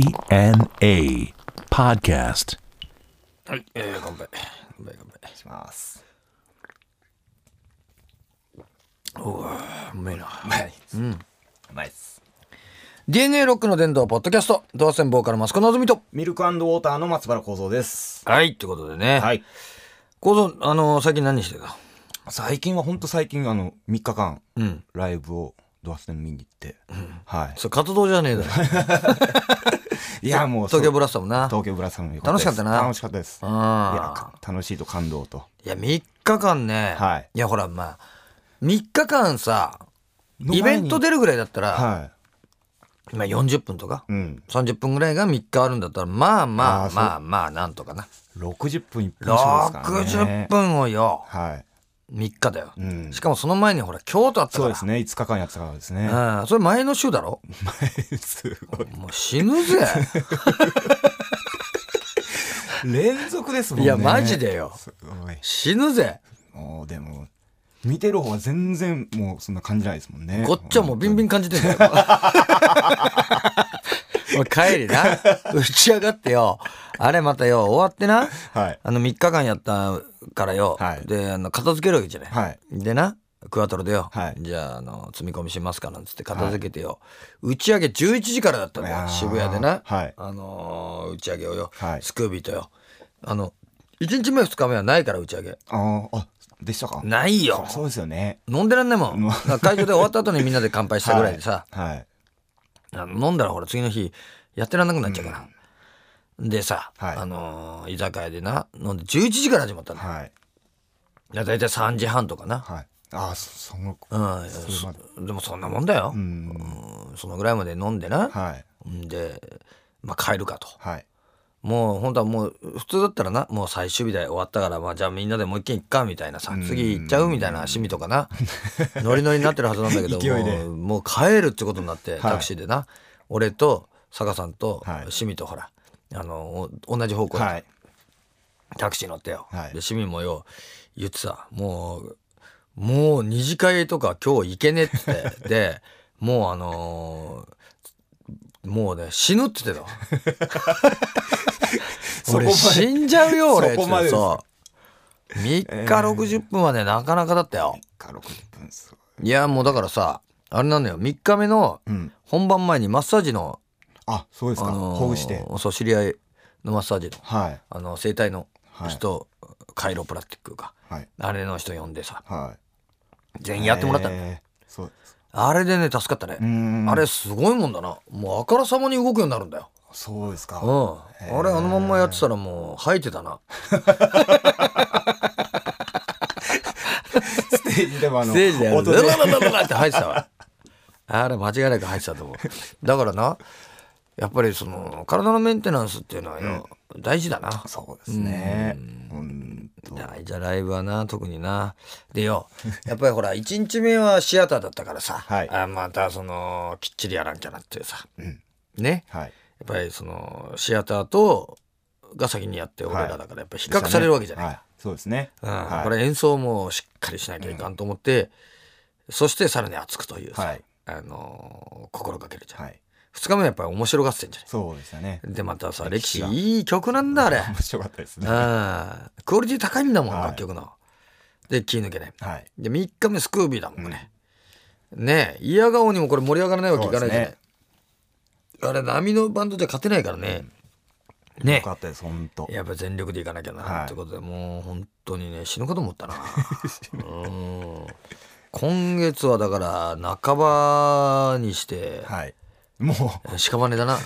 DNA Podcast. はい、えー、乾杯。乾杯乾します。杯。うめえな。うまいです。うん。うまいです。 DNA ロックの伝道ポッドキャスト、動線ボーカルマスコのぞみと。ミルクウォーターの松原幸三です。はい、ってことでね。。はいい。こぞ、あのー、最近何してた最近は本当最近あの3日間うん。ライブをドアスで見に行って、はそれ活動じゃねえだろ。い。いやもう東京ブララスタもな。東京ブラさんも良楽しかったな楽しかったです。いやあか楽しいと感動と。いや、3日間ね。はい。いや、ほら、まあ、3日間さ、の前イにベント出るぐらいだったら、はまあ40分とかい。、うん。 30分ぐらいが3日あるんだったら、まあまああーそうまあまあ、なんとかな。 60分一本勝負ですからね。 60。分をよ、はい。 3日だよ。うんし。かもその前にほら、京都あったから。そうですね。5日間やってたからですね。うん、それ前の週だろ すごい。もう死ぬぜ。連続ですもん ね。いやマジでよすごい。死ぬぜ。もうでも見てる方は全然もうそんな感じないですもんねこっちはもうビンビン感じてんだよ。 おい帰りな。打ち上がってよ。あれまたよ、終わってな。はいあの3日間やったからよ。はいで、あの片付けるわけじゃない。はいでな、クワトロでよ。はいじゃあ、あの、積み込みしますかなんつって片付けてよ。打ち上げ11時からだったんだいやよ。ー渋谷でな。はいあのー打ち上げをよ。はいスクービーとよ。あの、1日目2日目はないから打ち上げ。あああでしたかないよそ。そうですよね飲んでらんないもん。もうだから会場で終わった後にみんなで乾杯したぐらいでさ、はいあの飲んだらほら次の日やってらんなくなっちゃうから。でさ、はいあのー居酒屋でな、飲んで11時から始まったの。だいはいや、大体3時半とかな。はいああそそのうん、それまそでもそんなもんだよ、うんうんそのぐらいまで飲んでな。はいんで、まあ帰るかと。はいもう本当はもう普通だったらな、もう最終日で終わったから、まあじゃあみんなでもう一軒行っかみたいなさ、次行っちゃうみたいな趣味とか な、ノリノリになってるはずなんだけど、勢いでもうもう帰るってことになって、いタクシーでな、俺と坂さんとはい趣味とほら、あの、お同じ方向で、はいタクシー乗ってよ。はいで、趣味もよ、言ってさ、もう、もう二次会とか今日行けねえって言 って、で、もうあのーもうね、死ぬって言ってたわ。 そこま俺で死んじゃうよ俺そこまでですそう3日60分はね、なかなかだったよか60分すいやもうだからさあれなんだよ3日目のごいうん本番前にマッサージの、あそうですか、あのーほぐしてそう知り合いのマッサージのはいあの整体のはい人、カイロプラスティックかはいあれの人呼んでさは全員いやってもらったの、えーそうですあれでね助かったねうーんあれすごいもんだなもうあからさまに動くようになるんだよそうですかうんあれあのまんまやってたらもう吐いてたなステージでもあのステージでやるブ音でラブラブラブラって入ってたわあれ間違いなく入ってたと思うだからなやっぱりその体のメンテナンスっていうのはよ、大事だなそうですねうんと大事だライブはな特になでよやっぱりほら1日目はシアターだったからさ、はいあまたそのきっちりやらんきゃなっていうさ、ねはいやっぱりそのシアターとが先にやって俺らだからやっぱ比較されるわけじゃない、はいそうですねうんはいこれ演奏もしっかりしなきゃいかんと思って、そしてさらに熱くというさ、はいあのー心がけるじゃん、はい2日目はやっぱり面白がってんじゃそうでしたねんでまたさ歴歴史史がいい曲なんだあれ 面白かったですねはあクオリティ高いんだもん、はい楽曲ので気抜けないいで3日目スクービーだもんね、ねえ嫌顔にもこれ盛り上がらないわけいかないじゃない、そうあれ波のバンドじゃ勝てないからね、よねかったです本当やっぱ全力でいかなきゃはないってことで、もう本当にね死ぬかと思 ったなうん今月はだから半ばにしてはいも屍 だな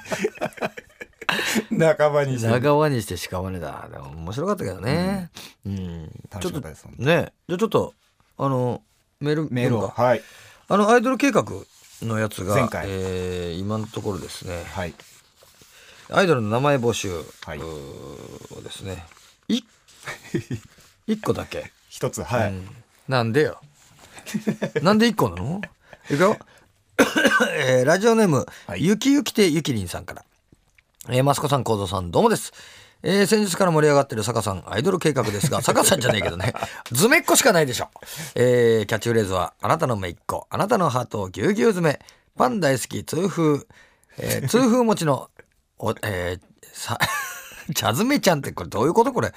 う 半ばにして長輪にして屍だでも面白かったけどねうん、楽ちょっしかっとたです本当ねじゃあちょっとあのメールメールを読むかはいあのアイドル計画のやつが前回えー今のところですねはいアイドルの名前募集、はいうーをですねい 一個だけ、一つはういんなんでよ なんで一個なのいくよ、 えーラジオネーム、はいゆきゆきてゆきりんさんからえー、マスコさん、コウゾさん、どうもです。えー先日から盛り上がってる坂さん、アイドル計画ですが、 坂さんじゃねえけどね、ズメっ子しかないでしょ。えーキャッチフレーズは、あなたの目っ子、あなたのハートをぎゅうぎゅう詰め、パン大好き痛風、えー痛風持ちのお、えーさ 茶爪ちゃんってこれどういうことこれ、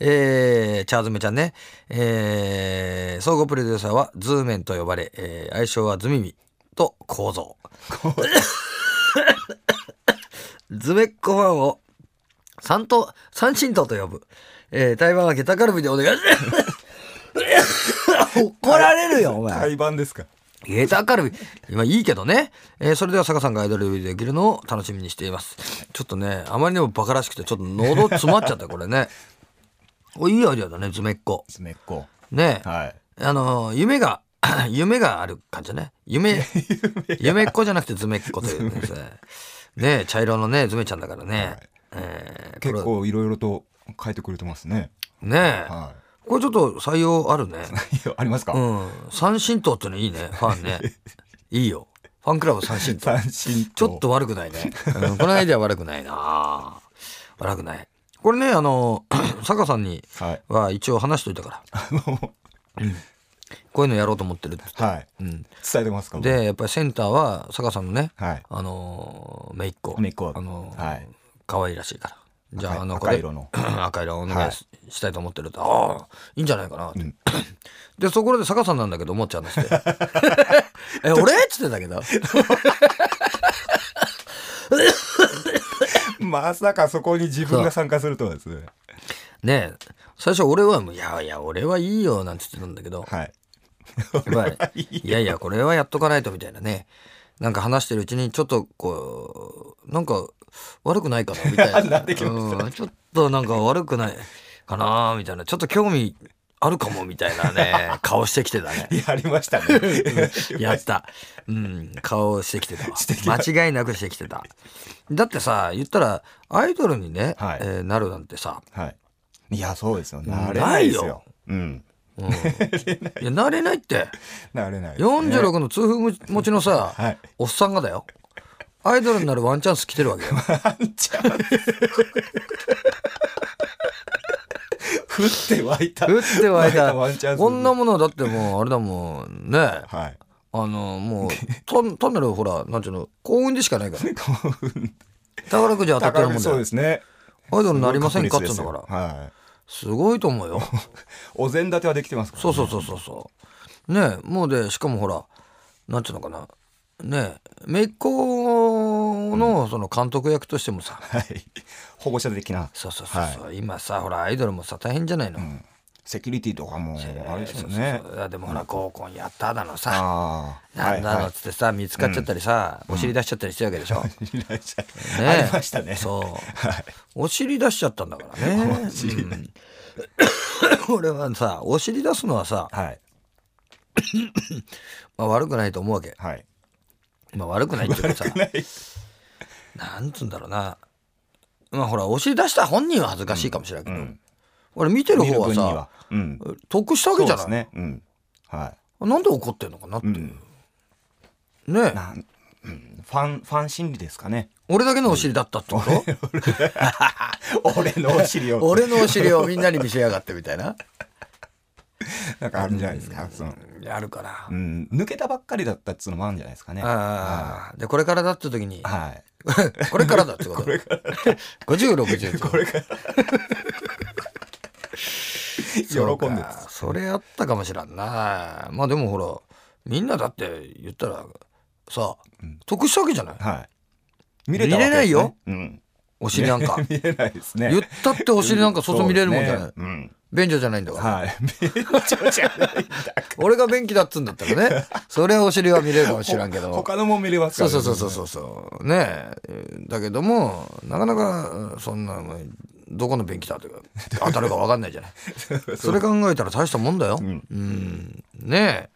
えー、茶爪ちゃんね、えー、総合プロデューサーはズーメンと呼ばれ、えー愛称はズミミと構造ズメッコファンを三と三神道と呼ぶ、えー、台湾はゲタカルビでお願いします怒られるよお前対バンですか ゲーターカルビ。今いいけどね。えーそれでは坂さんがアイドルデビューできるのを楽しみにしています。ちょっとね、あまりにもバカらしくて、ちょっと喉詰まっちゃった、これ ね。おいいアイデアだね、ズメっ子。爪っこねえ。はいあのー夢が、 夢がある感じだね。 夢、夢っ子じゃなくてズメっ子というですね。 ねえ、茶色のね、ズメちゃんだからね。えー結構いろいろと変えてくれてますねねえ。はこれちょっと採用ある ね。いいやありますか、うん。三神党ってのいいね、ファン ね。いいよ。ファンクラブ三神党。三振ちょっと悪くないね。うん、このアイデア悪くないな。悪くない。これね、あの、 坂さんにはいは一応話しといたから、 あのこういうのやろうと思ってるって。はいうん、伝えてますかで、やっぱりセンターは坂さんのね、はいあのー、めいっ子。姪っ子あのー、はい可愛らしいから。じゃあ、赤いあの、赤色のこれ 赤色をお願いし,、たいと思ってると、ああ、いいんじゃないかなって。んで、そこで坂さんなんだけど、思っちゃうんです って。え、俺っつってたけど。 まさかそこに自分が参加するとはですねねえ最初俺はもう「いやいや俺はいいよ」なんて言ってたんだけど、はいやっぱりいやいやこれはやっとかないとみたいなねなんか話してるうちにちょっとこうなんか悪くないかなみたいな なってきまうんちょっとなんか悪くないかなみたいなちょっと興味あるかもみたいなね顔してきてたねやりましたね やった。うん、顔をしてきてたわ。間違いなくしてきてた。だってさ、言ったら、アイドルにね、はいえーなるなんてさ、 はいいやそうですよなれないですよないようんうん、いや、なれないって。なれないですね46の痛風持ちのさ、はいおっさんがだよアイドルになるワンチャンス来てるわけ よ降って湧い た打ってはいたワンチャンスこんなものだってもうあれだもんねあはいの もう単単なるほらなんていうの幸運でしかないから宝くじ当たってる高もめんだそうでよすねアイドルになりませんかっつうんすだごかい確率ですらよはいすごいと思うよお膳立てはできてますからそうそうそうそうそうねえもうでしかもほらなんていうのかなねえめいっ子のその監督役としてもさ、はい保護者的なそうそうそうそう、今さほらアイドルもさ大変じゃないの、セキュリティとかもあれですよねそうそうそうでもほら合コンやっただのさ、ああなんだのっつってさ見つかっちゃったりさ、お尻出しちゃったりしてるわけでしょ、いらっしゃいね ありましたねそう、はいお尻出しちゃったんだからね お尻、うん俺はさお尻出すのはさ、はいまあ、悪くないと思うわけはいまあ悪くないっていうかさなんつうんだろうなまあほらお尻出した本人は恥ずかしいかもしれないけど、俺見てる見る方は分にさはうん得したわそけうじゃでないすねうんはなんで怒ってんのかなっていう、ねえいなんうんファンファン心理ですか ね俺だけのお尻だったってこと、俺のお尻を俺のお尻をみんなに見せやがってみたいななんかあるんじゃないですかそのあるかな、うん抜けたばっかりだったっつうのもあるんじゃないですかねああでこれからだって時にはいこれからだって ことこれから5060これから喜んでますそれあったかもしらんなまあでもほらみんなだって言ったらさ得したわけじゃないはい。見見れないよ。うん。お尻なんか見れないです ね。言ったってお尻なんか外見れるもんじゃない、そうですね便所じゃないんだうかん。ら、 はい。めっちゃじゃないんだ俺が便器だっつうんだったら ねそれはお尻は見れるかもしらんけど他のも見れますかそうらそうそうそうそうそうねえだけどもなかなかうんそんなもうどこの便器だと か当たるか分かんないじゃないそれ考えたら大したもんだようん、ね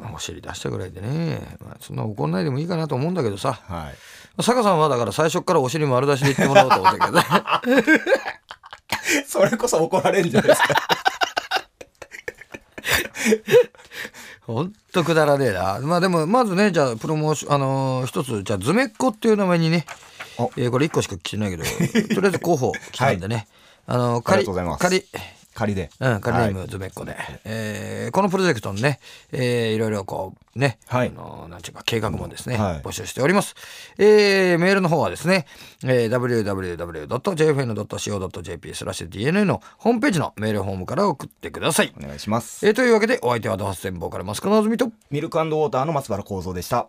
え、まあ、お尻出したぐらいでね、まあ、そんな怒んないでもいいかなと思うんだけどさはい。坂さんはだから最初からお尻丸出しで言ってもらおうと思ったけどねそれこそ怒られるんじゃないですか。ほんとくだらねえなまあでもまずねじゃあプロモーションあのー一つじゃあズメッコっていう名前にねお、 えーこれ一個しか来てないけどとりあえず候補来たんでね、あのーあ仮りがとうございます仮仮で。うん、カルネーはムいズメッコで、えーこのプロジェクトのね、えーいろいろこうね、はいあのなんていうか計画もですね、はい募集しております、えーメールの方はですね、えー www.jfn.co.jp スラッシュ DNA のホームページのメールフォームから送ってください、お願いします。えーというわけでお相手はドハスボーからマスクのあずみとミルクウォーターの松原幸三でした。